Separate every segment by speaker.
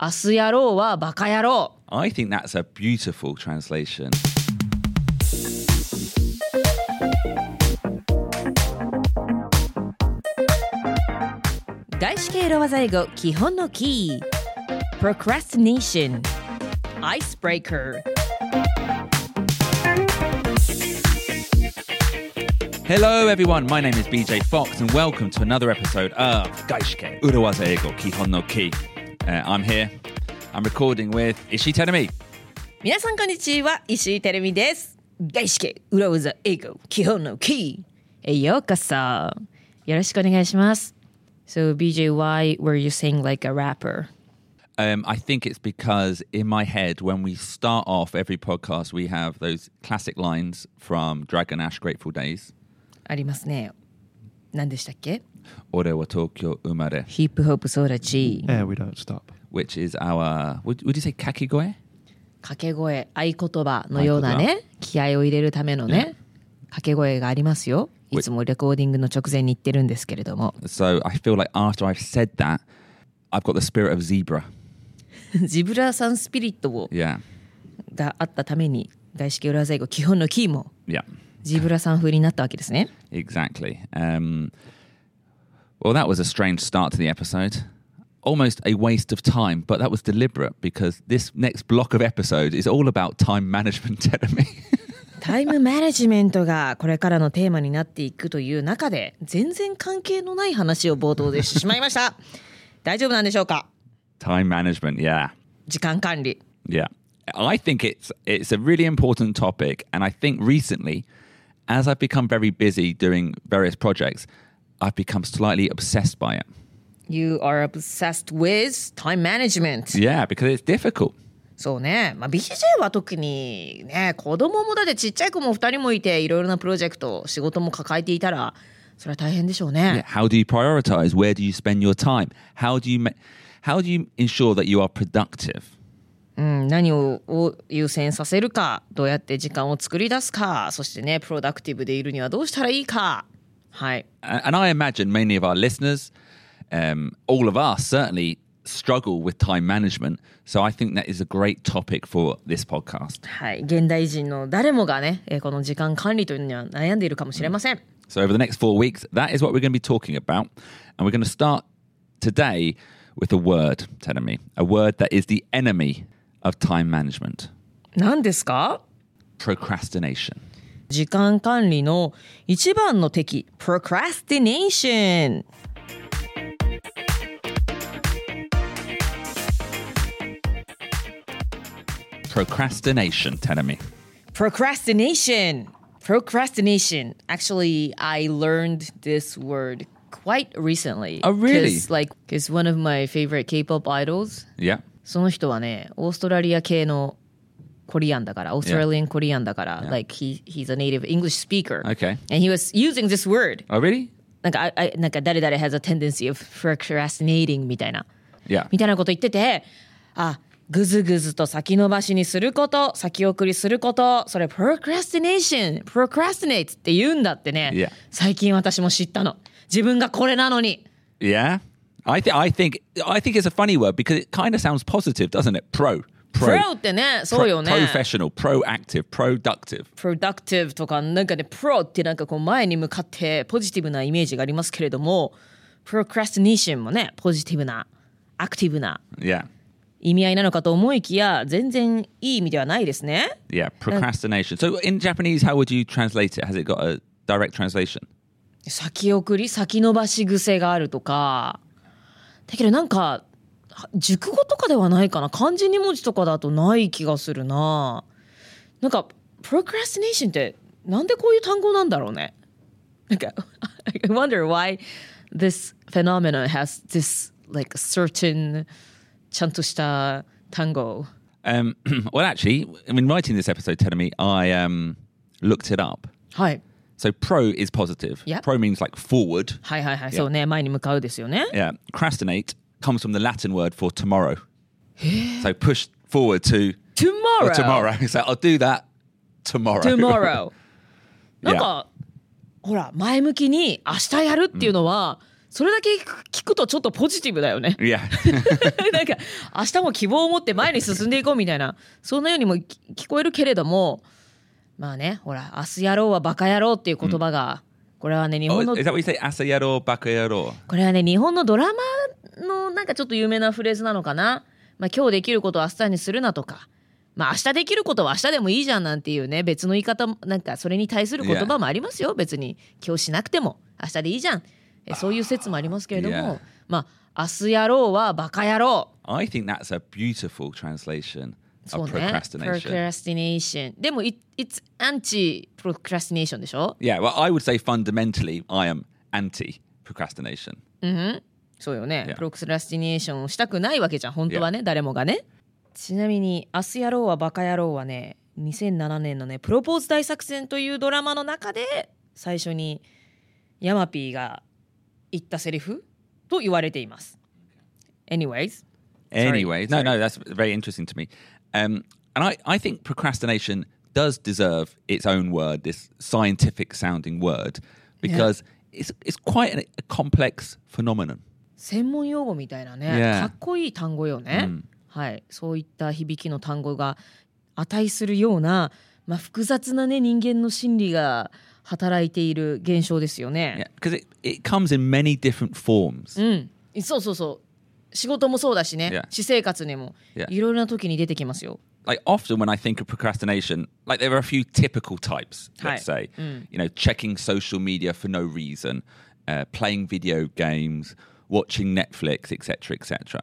Speaker 1: 明日やろうはバカ野郎
Speaker 2: I think that's a beautiful translation.
Speaker 1: 外資系ロワザ英語基本のキー Procrastination Icebreaker
Speaker 2: Hello, everyone. My name is BJ Fox, and welcome to another episode of Gaishke Urawaza Ego Kihon no Ki. Uh, I'm here. I'm recording with Ishii Tenami.
Speaker 1: 皆さんこんにちは石井てるみです外資系裏技英語基本のキーへようこそよろしくお願いします So BJ why were you saying like a rapper?
Speaker 2: Um, I think it's because in my head, when we start off every podcast, we have those classic lines from Dragon Ash Grateful Days
Speaker 1: ありますね何でしたっけ
Speaker 2: Ore wa Tokyo Umare,
Speaker 1: ヒップホップ育ち
Speaker 3: Yeah, we don't stop.
Speaker 2: which is our, would, would you say kakigoe?
Speaker 1: 掛け声合言葉のようなね気合を入れるためのね掛け声がありますよいつもレコーディングの直前に言ってるんですけれども
Speaker 2: So I feel like after I've said that, I've got the spirit of zebra.
Speaker 1: ジブラさんスピリットを
Speaker 2: Yeah.
Speaker 1: があったために外資系裏技英語基本のキーも
Speaker 2: Yeah.
Speaker 1: ジブラさん風になったわけですね
Speaker 2: Exactly. Um, well, that was a strange start to the episode. Almost a waste of time, but that was deliberate because this next block of episode is all about time management, Jeremy.
Speaker 1: タイムマネジメントがこれからのテーマになっていくという中で全然関係のない話を冒頭でしてしまいました 大丈夫なんでしょうか
Speaker 2: time management, yeah.
Speaker 1: 時間管理
Speaker 2: Yeah. I think it's it's a really important topic and I think recently as I've become very busy doing various projects, I've become slightly obsessed by it.
Speaker 1: You are obsessed with time management
Speaker 2: Yeah, because it's difficult.
Speaker 1: そうね、まあ、BJ は特にね子供もだってちっちゃい子も2人もいていろいろなプロジェクト仕事も抱えていたらそれは大変でしょうね
Speaker 2: Yeah, How do you prioritize? Where do you spend your time? How do you ma- how do you ensure that you are productive?
Speaker 1: うん、何をを優先させるかどうやって時間を作り出すかそしてねプロダクティブでいるにはどうしたらいいかはい、
Speaker 2: A- And I imagine many of our listeners, um, all of us certainly struggle with time management. So I think that is a great topic for this podcast.
Speaker 1: はい、現代人の誰もがねえーこの時間管理というのには悩んでいるかもしれません、
Speaker 2: So over the next four weeks, that is what we're going to be talking about, and we're going to start today with a word, Tenemi, a word that is the enemy of time management:
Speaker 1: 何ですか
Speaker 2: procrastination.
Speaker 1: 時間管理の一番の敵 Procrastination
Speaker 2: Procrastination, Tenemi.
Speaker 1: Procrastination. Procrastination. Actually, I learned this word quite recently.
Speaker 2: Oh, really?
Speaker 1: 'Cause, like, because one of my favorite K-pop idols.
Speaker 2: Yeah.
Speaker 1: その人はね、オーストラリア系のコリアンだから、オーストラリアンコリアンだから、like he he's a native English speaker.
Speaker 2: Okay.
Speaker 1: And he was using this word.
Speaker 2: Oh, really?
Speaker 1: なんか、I, I, なんか誰々 has a tendency of procrastinating みたいな。
Speaker 2: Yeah.
Speaker 1: みたいなこと言ってて、あ、ぐずぐずと先延ばしにすること、先送りすること、それ procrastination、procrastinate って言うんだってね。
Speaker 2: Yeah.
Speaker 1: 最近私も知ったの。自分がこれなのに。
Speaker 2: Yeah. I think I think I think it's a funny word because it kind of sounds positive, doesn't it? Pro.
Speaker 1: pro ってね、そうよ
Speaker 2: pro-
Speaker 1: ね。
Speaker 2: professional, proactive, productive.
Speaker 1: productive とかなんかね、pro ってなんかこう前に向かってポジティブなイメージがありますけれども、procrastination もね、ポジティブな、アクティブな
Speaker 2: Yeah.
Speaker 1: 意味合いなのかと思いきや、全然いい意味ではないですね。
Speaker 2: Yeah, procrastination. So in Japanese, how would you translate it? Has it got a direct translation?
Speaker 1: 先送り先延ばし癖があるとかだけどなんかは熟語とかではないかな漢字2文字とかだとない気がするななんかプロクラスティネーションってなんでこういう単語なんだろうねなんか I wonder why this phenomenon has this like certain ちゃんとした単語
Speaker 2: Um, well, actually, I mean, writing this episode, telling me I um, looked it up.
Speaker 1: はい、
Speaker 2: So pro is positive.
Speaker 1: Yeah.
Speaker 2: Pro means like forward.
Speaker 1: はいはいはいそうね前に向かうですよね
Speaker 2: Yeah. Crastinate comes from the Latin word for tomorrow. so push forward to or
Speaker 1: tomorrow
Speaker 2: tomorrow. So I'll do that tomorrow.
Speaker 1: tomorrow
Speaker 2: いや
Speaker 1: なんか、ほら前向きに明日やるっていうのは、それだけ聞く聞くとちょっとポジティブだよ ね
Speaker 2: Yeah.
Speaker 1: なんか明日も希望を持って前に進んでいこうみたいなそんなようにもき聞こえるけれどもまあねほら「明日やろうはバカ野郎」っていう言葉が、これはね日
Speaker 2: oh,
Speaker 1: 本の
Speaker 2: is that what you say? Asayaro, bakayaro.
Speaker 1: これはね日本のドラマのなんかちょっと有名なフレーズなのかな、まあ、今日できることを明日にするなとか、まあ、明日できることは明日でもいいじゃんなんていうね別の言い方もなんかそれに対する言葉もありますよ、別に今日しなくても明日でいいじゃんえそういう説もありますけれども、
Speaker 2: Yeah.
Speaker 1: まあ明日やろうはバカ野郎
Speaker 2: I think that's a beautiful translation
Speaker 1: そう
Speaker 2: of
Speaker 1: ね
Speaker 2: procrastination.
Speaker 1: procrastination でも it, it's anti procrastination でしょ
Speaker 2: yeah, well, I would say fundamentally, I am anti procrastination.
Speaker 1: そうよね、
Speaker 2: Yeah.
Speaker 1: プロクスラスティネーションをしたくないわけじゃん本当はね、誰もがねちなみに「明日やろうはバカ野郎」はね2007年のね「プロポーズ大作戦」というドラマの中で最初にヤマピーが言ったセリフと言われています anyways
Speaker 2: Anyway, no, no, that's very interesting to me. Um, and I, I think procrastination does deserve its own word, this scientific sounding word, because it's, it's quite an, a complex phenomenon.
Speaker 1: 専門用語みたいなね、
Speaker 2: Yeah.
Speaker 1: かっこいい単語よね、
Speaker 2: うん
Speaker 1: はいそういった響きの単語が値するような、まあ、複雑なね人間の心理が働いている現象ですよね、
Speaker 2: Yeah, because it, it comes in many different forms.
Speaker 1: うん、そうそうそう仕事もそうだしね、
Speaker 2: Yeah.
Speaker 1: 私生活にも
Speaker 2: Yeah.
Speaker 1: いろいろな時に出てきますよ
Speaker 2: Like often when I think of procrastination, like there are a few typical types, let's
Speaker 1: Hi.
Speaker 2: say, you know, checking social media for no reason, uh, playing video games, watching Netflix, etc., etc.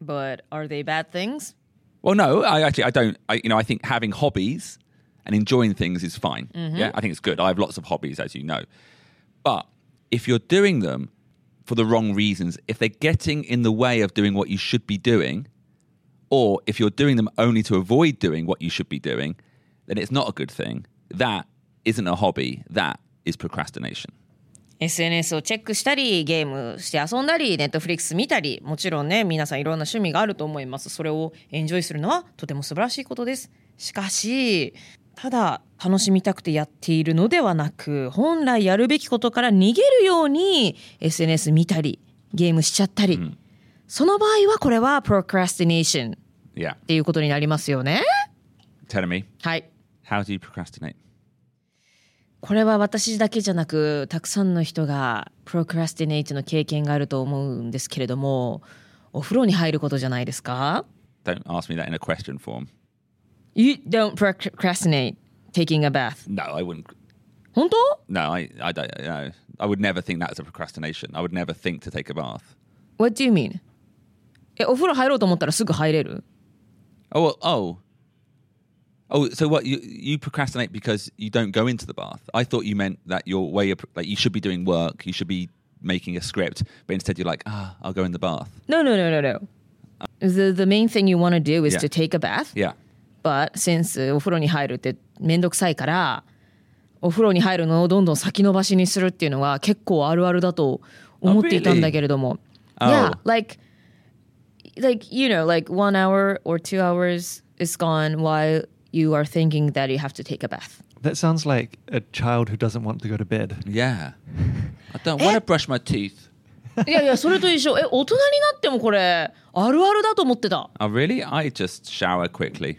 Speaker 1: But are they bad things?
Speaker 2: Well, no, I actually I don't. I, you know, I think having hobbies and enjoying things is fine. Yeah, I think it's good. I have lots of hobbies, as you know. But if you're doing them for the wrong reasons, if they're getting in the way of doing what you should be doing, or if you're doing them only to avoid doing what you should be doing, then it's not a good thing. That isn't a hobby. That is procrastination.
Speaker 1: SNS をチェックしたりゲームして遊んだり Netflix 見たりもちろんね皆さんいろんな趣味があると思いますそれをエンジョイするのはとても素晴らしいことですしかしただ楽しみたくてやっているのではなく本来やるべきことから逃げるように SNS 見たりゲームしちゃったり、その場合はこれは procrastination っ
Speaker 2: Yeah,
Speaker 1: ていうことになりますよね
Speaker 2: telling me
Speaker 1: はい。
Speaker 2: how do you procrastinate?
Speaker 1: これは私だけじゃなくたくさんの人がプロクラスティネイトの経験があると思うんですけれどもお風呂に入ることじゃないですか
Speaker 2: Don't ask me that in a question form.
Speaker 1: ?You don't procrastinate taking a bath.
Speaker 2: No, I wouldn't
Speaker 1: 本当
Speaker 2: No, I, I don't. No, I would never think that's a procrastination. I would never think to take a bath.
Speaker 1: ?What do you mean? え、お風呂入ろうと思ったらすぐ入れる
Speaker 2: Oh, well, oh, oh. So what? You you procrastinate because you don't go into the bath. I thought you meant that your way of like you should be doing work, you should be making a script, but instead you're like, ah, I'll go in the bath.
Speaker 1: ?No, no, no, no, no. The, the main thing you want to do is
Speaker 2: Yeah.
Speaker 1: to take a bath.
Speaker 2: Yeah,
Speaker 1: But since お風呂に入るってめんどくさいからお風呂に入るのをどんどん先延ばしにするっていうのは結構あるあるだと思っていたんだけれども。
Speaker 2: Oh, really?
Speaker 1: Yeah, like, like, you know, like one hour or two hours is gone while you are thinking that you have to take a bath.
Speaker 3: That sounds like a child who doesn't want to go to bed.
Speaker 2: yeah. I don't
Speaker 1: Eh?
Speaker 2: want to brush my teeth.
Speaker 1: いやいや、それと一 緒。え、大人になってもこれあるあるだと思ってた。
Speaker 2: Oh, really? I just shower quickly.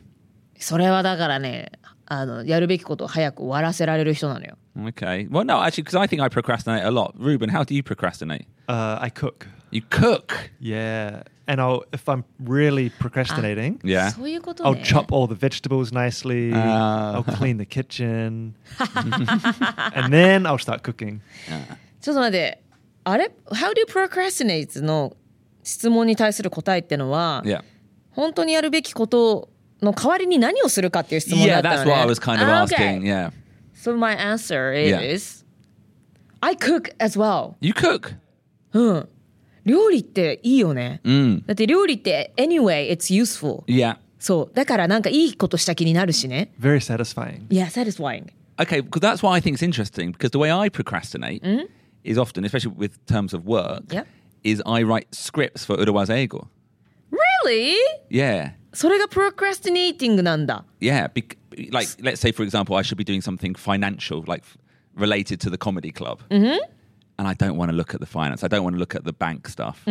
Speaker 1: それはだからね、あの、やるべきことを早く終わらせられる人なのよ。
Speaker 2: Okay. Well, no, actually, because I think I procrastinate a lot. Ruben, how do you procrastinate?
Speaker 3: Uh, I cook.
Speaker 2: You cook.
Speaker 3: Yeah, and I'll if I'm really procrastinating,
Speaker 2: Ah. Yeah.
Speaker 1: そういうことね。
Speaker 3: I'll chop all the vegetables nicely.
Speaker 2: Ah.
Speaker 3: I'll clean the kitchen, and then I'll start cooking.
Speaker 1: ちょっと待って、あれ ?How do you procrastinate? の質問に対する答えってのは、
Speaker 2: Yeah.
Speaker 1: 本当にやるべきことの代わりに何をするかっていう質問
Speaker 2: Yeah,
Speaker 1: だったの
Speaker 2: that's
Speaker 1: ね。
Speaker 2: what I was kind of
Speaker 1: Ah,
Speaker 2: asking.
Speaker 1: okay.
Speaker 2: Yeah.
Speaker 1: So my answer
Speaker 2: Yeah.
Speaker 1: is, I cook as well.
Speaker 2: You cook.
Speaker 1: うん。料理っていいよね。
Speaker 2: Mm.
Speaker 1: だって料理って anyway it's useful.
Speaker 2: Yeah.
Speaker 1: そう。だからなんかいいことした気になるしね。
Speaker 3: Very satisfying.
Speaker 1: Yeah, satisfying.
Speaker 2: Okay, because that's why I think it's interesting because the way I procrastinate is often, especially with terms of work,
Speaker 1: Yeah.
Speaker 2: is I write scripts for Uruwa's Ego.
Speaker 1: Really?
Speaker 2: Yeah.
Speaker 1: それが procrastinating なんだ。
Speaker 2: Yeah. Bec- like, let's say, for example, I should be doing something financial, like f- related to the comedy club. Mm-hmm. and I don't want to look at the finance. I don't want to look at the bank stuff.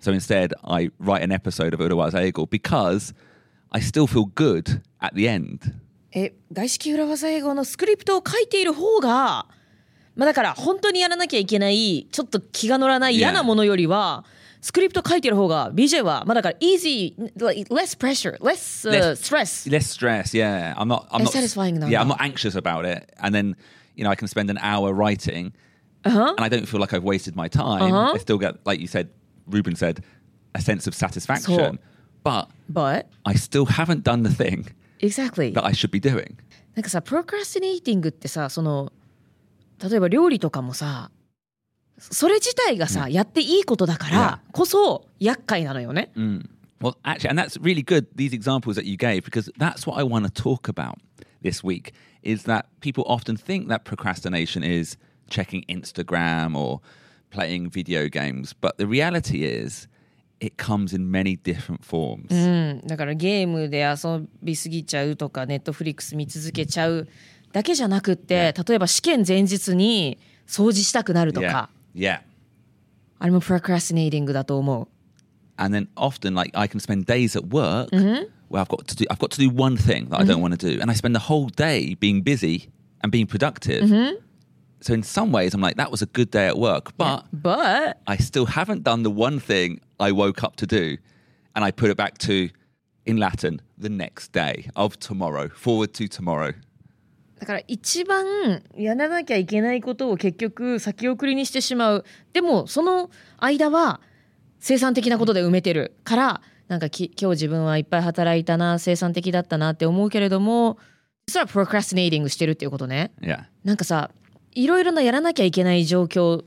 Speaker 2: So instead, I write an episode of Uruwa's Eagle because I still feel good at the end.
Speaker 1: え外資系裏技英語のスクリプトを書いている方がまあだから本当にやらなきゃいけないちょっと気が乗らない
Speaker 2: Yeah.
Speaker 1: 嫌なものよりはスクリプト書いてる方が BJ はまあだから easy like, less pressure less, uh,
Speaker 2: Less-
Speaker 1: stress
Speaker 2: Less stress, yeah. I'm not. I'm
Speaker 1: It's
Speaker 2: not
Speaker 1: satisfying though,
Speaker 2: Yeah, I'm
Speaker 1: though.
Speaker 2: not anxious about it. And then, you know, I can spend an hour writing,
Speaker 1: Uh-huh.
Speaker 2: and I don't feel like I've wasted my time. I still get, like you said, Ruben said, a sense of satisfaction.
Speaker 1: So-
Speaker 2: But
Speaker 1: but
Speaker 2: I still haven't done the thing
Speaker 1: exactly
Speaker 2: that I should be doing.
Speaker 1: なんかさプロクラスティネーティングってさその例えば料理とかもさそれ自体がさ、やっていいことだからこそ厄介なのよね、
Speaker 2: Well, actually, and that's really good, these examples that you gave, because that's what I want to talk about this week is that people often think that procrastination is checking Instagram or playing video games. But the reality is, it comes in many different forms.
Speaker 1: うん、だからゲームで遊びすぎちゃうとかネットフリックス見続けちゃうだけじゃなくって例えば試験前日に掃除したくなると
Speaker 2: Yeah.
Speaker 1: か
Speaker 2: Yeah.
Speaker 1: あれもプロクラスティネーティングだと思う
Speaker 2: and then often like I can spend days at work where I've got to do I've got to do one thing that I don't want to do, and I spend the whole day being busy and being productive. So in some ways, I'm like that was a good day at work, but
Speaker 1: But
Speaker 2: I still haven't done the one thing I woke up to do, and I put it back to in Latin the next day of tomorrow, forward to tomorrow.
Speaker 1: だから一番やらなきゃいけないことを結局先送りにしてしまうでもその間は生産的なことで埋めてるからなんかき今日自分はいっぱい働いたな生産的だったなって思うけれども実はプロクラスティネーティングしてるっていうことね
Speaker 2: Yeah,
Speaker 1: なんかさいろいろなやらなきゃいけない状況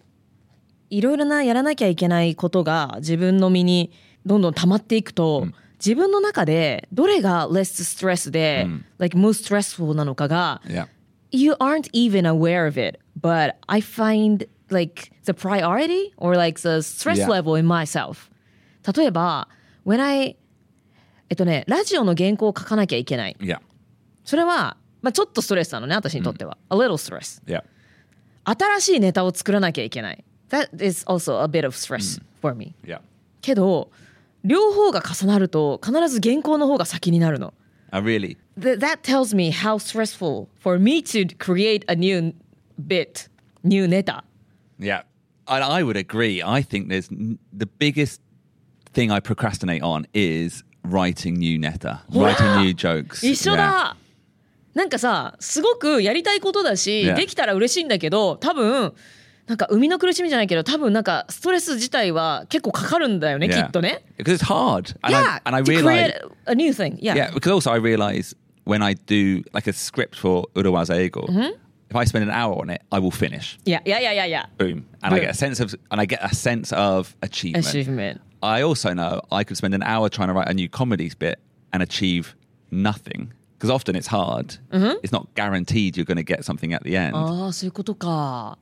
Speaker 1: いろいろなやらなきゃいけないことが自分の身にどんどん溜まっていくと、自分の中でどれが less stress で、like most stressful なのかが
Speaker 2: yeah,
Speaker 1: you aren't even aware of it, but I find like the priority or like the stress
Speaker 2: Yeah.
Speaker 1: level in myself. 例えば、when I えっとね、ラジオの原稿を書かなきゃいけない。
Speaker 2: yeah,
Speaker 1: それは、まあ、ちょっとストレスなのね、私にとっては。a little stress.
Speaker 2: yeah,
Speaker 1: 新しいネタを作らなきゃいけない。That is also a bit of stress for me.
Speaker 2: yeah.
Speaker 1: けど、両方が重なると、必ず原稿の方が先になるの。
Speaker 2: I really
Speaker 1: th- that tells me how stressful for me to create a new bit, new neta.
Speaker 2: Yeah, and I would agree. I think there's n- the biggest thing I procrastinate on is writing new netta, writing new jokes.
Speaker 1: 一緒
Speaker 2: Yeah.
Speaker 1: だ、なんかさすごくやりたいことだし、
Speaker 2: Yeah.
Speaker 1: できたら嬉しいんだけど多分なんか生みの苦しみじゃないけど多分なんかストレス自体は結構かかるんだよね、
Speaker 2: Yeah.
Speaker 1: きっとね。
Speaker 2: because it's hard. And
Speaker 1: yeah,
Speaker 2: I, and I
Speaker 1: to
Speaker 2: realize,
Speaker 1: create a new thing. Yeah.
Speaker 2: yeah, because also I realize when I do like a script for Uruwaza Eagle,
Speaker 1: Mm-hmm.
Speaker 2: if I spend an hour on it, I will finish.
Speaker 1: yeah, yeah, yeah, yeah, yeah.
Speaker 2: Boom, and I
Speaker 1: Boom.
Speaker 2: get a sense of and I get a sense of achievement.
Speaker 1: Achievement.
Speaker 2: I also know I could spend an hour trying to write a new comedies bit and achieve nothing because often it's hard.
Speaker 1: Mm-hmm.
Speaker 2: It's not guaranteed you're going to get something at the end.
Speaker 1: ああそういうことか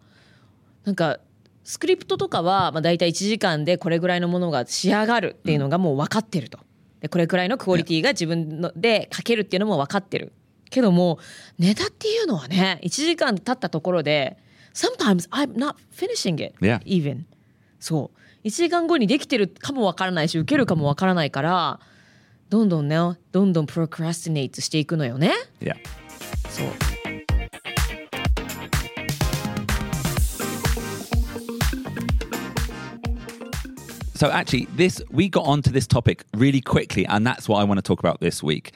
Speaker 1: なんかスクリプトとかは、まあ、大体1時間でこれぐらいのものが仕上がるっていうのがもう分かってると、でこれくらいのクオリティが自分ので書けるっていうのも分かってるけどもネタっていうのはね1時間経ったところで sometimes I'm not finishing it
Speaker 2: Yeah.
Speaker 1: even そう1時間後にできてるかも分からないし受けるかも分からないからどんどんねどんどんプロクラスティネイトしていくのよね
Speaker 2: Yeah.
Speaker 1: そう
Speaker 2: So actually, this we got onto this topic really quickly, and that's what I want to talk about this week.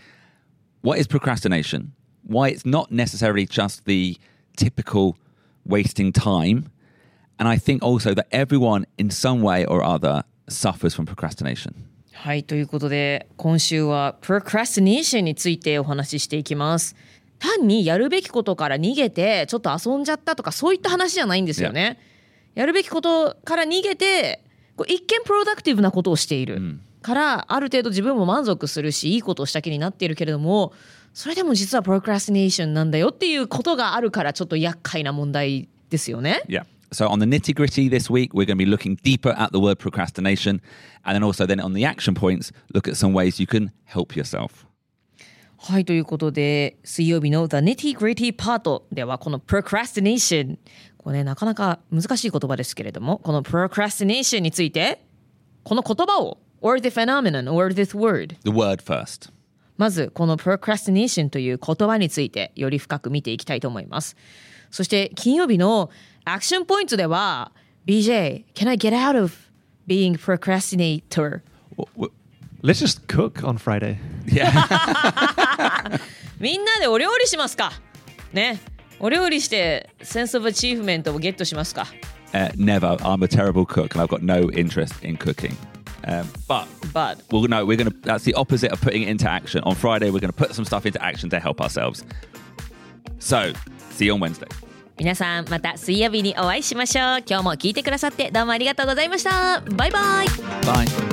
Speaker 2: What is procrastination? Why it's not necessarily just the typical wasting time, and I think also that everyone in some way or other suffers from procrastination.
Speaker 1: はい、ということで、今週はプロクラスティネーションについてお話ししていきます。単にやるべきことから逃げて、ちょっと遊んじゃったとか、そういった話じゃないんですよね。やるべきことから逃げて、こう一見プロダクティブなことをしている、から、ある程度自分も満足するし、いいことをした気になっているけれども、それでも実はプロクラスティネーションなんだよっていうことがあるから、ちょっと厄介な問題ですよね。
Speaker 2: Yeah. So on the nitty gritty this week, we're going to be looking deeper at the word procrastination, and then also then on the action points, look at some ways you can help yourself.
Speaker 1: はい、ということで、水曜日の The Nitty Gritty Part では、この Procrastination、これね、なかなか難しい言葉ですけれども、この procrastination について、この言葉を、or the phenomenon, or this word。
Speaker 2: The word first.
Speaker 1: まず、この procrastination という言葉について、より深く見ていきたいと思います。そして、金曜日のアクションポイントでは、BJ, can I get out of being procrastinator?
Speaker 3: Let's just cook on Friday.
Speaker 2: Yeah.
Speaker 1: みんなでお料理しますかね。お料理して、センスオブアチーフメントをゲットしますか
Speaker 2: uh, never. I'm a terrible cook and I've got no interest in cooking. Um, but
Speaker 1: But
Speaker 2: well, no, we're going to. That's the opposite of putting it into action. On Friday, we're going to put some stuff into action to help ourselves. So, see you on Wednesday.
Speaker 1: 皆さんまた水曜日にお会いしましょう今日も聞いてくださってどうもありがとうございましたバイバイ
Speaker 2: Bye.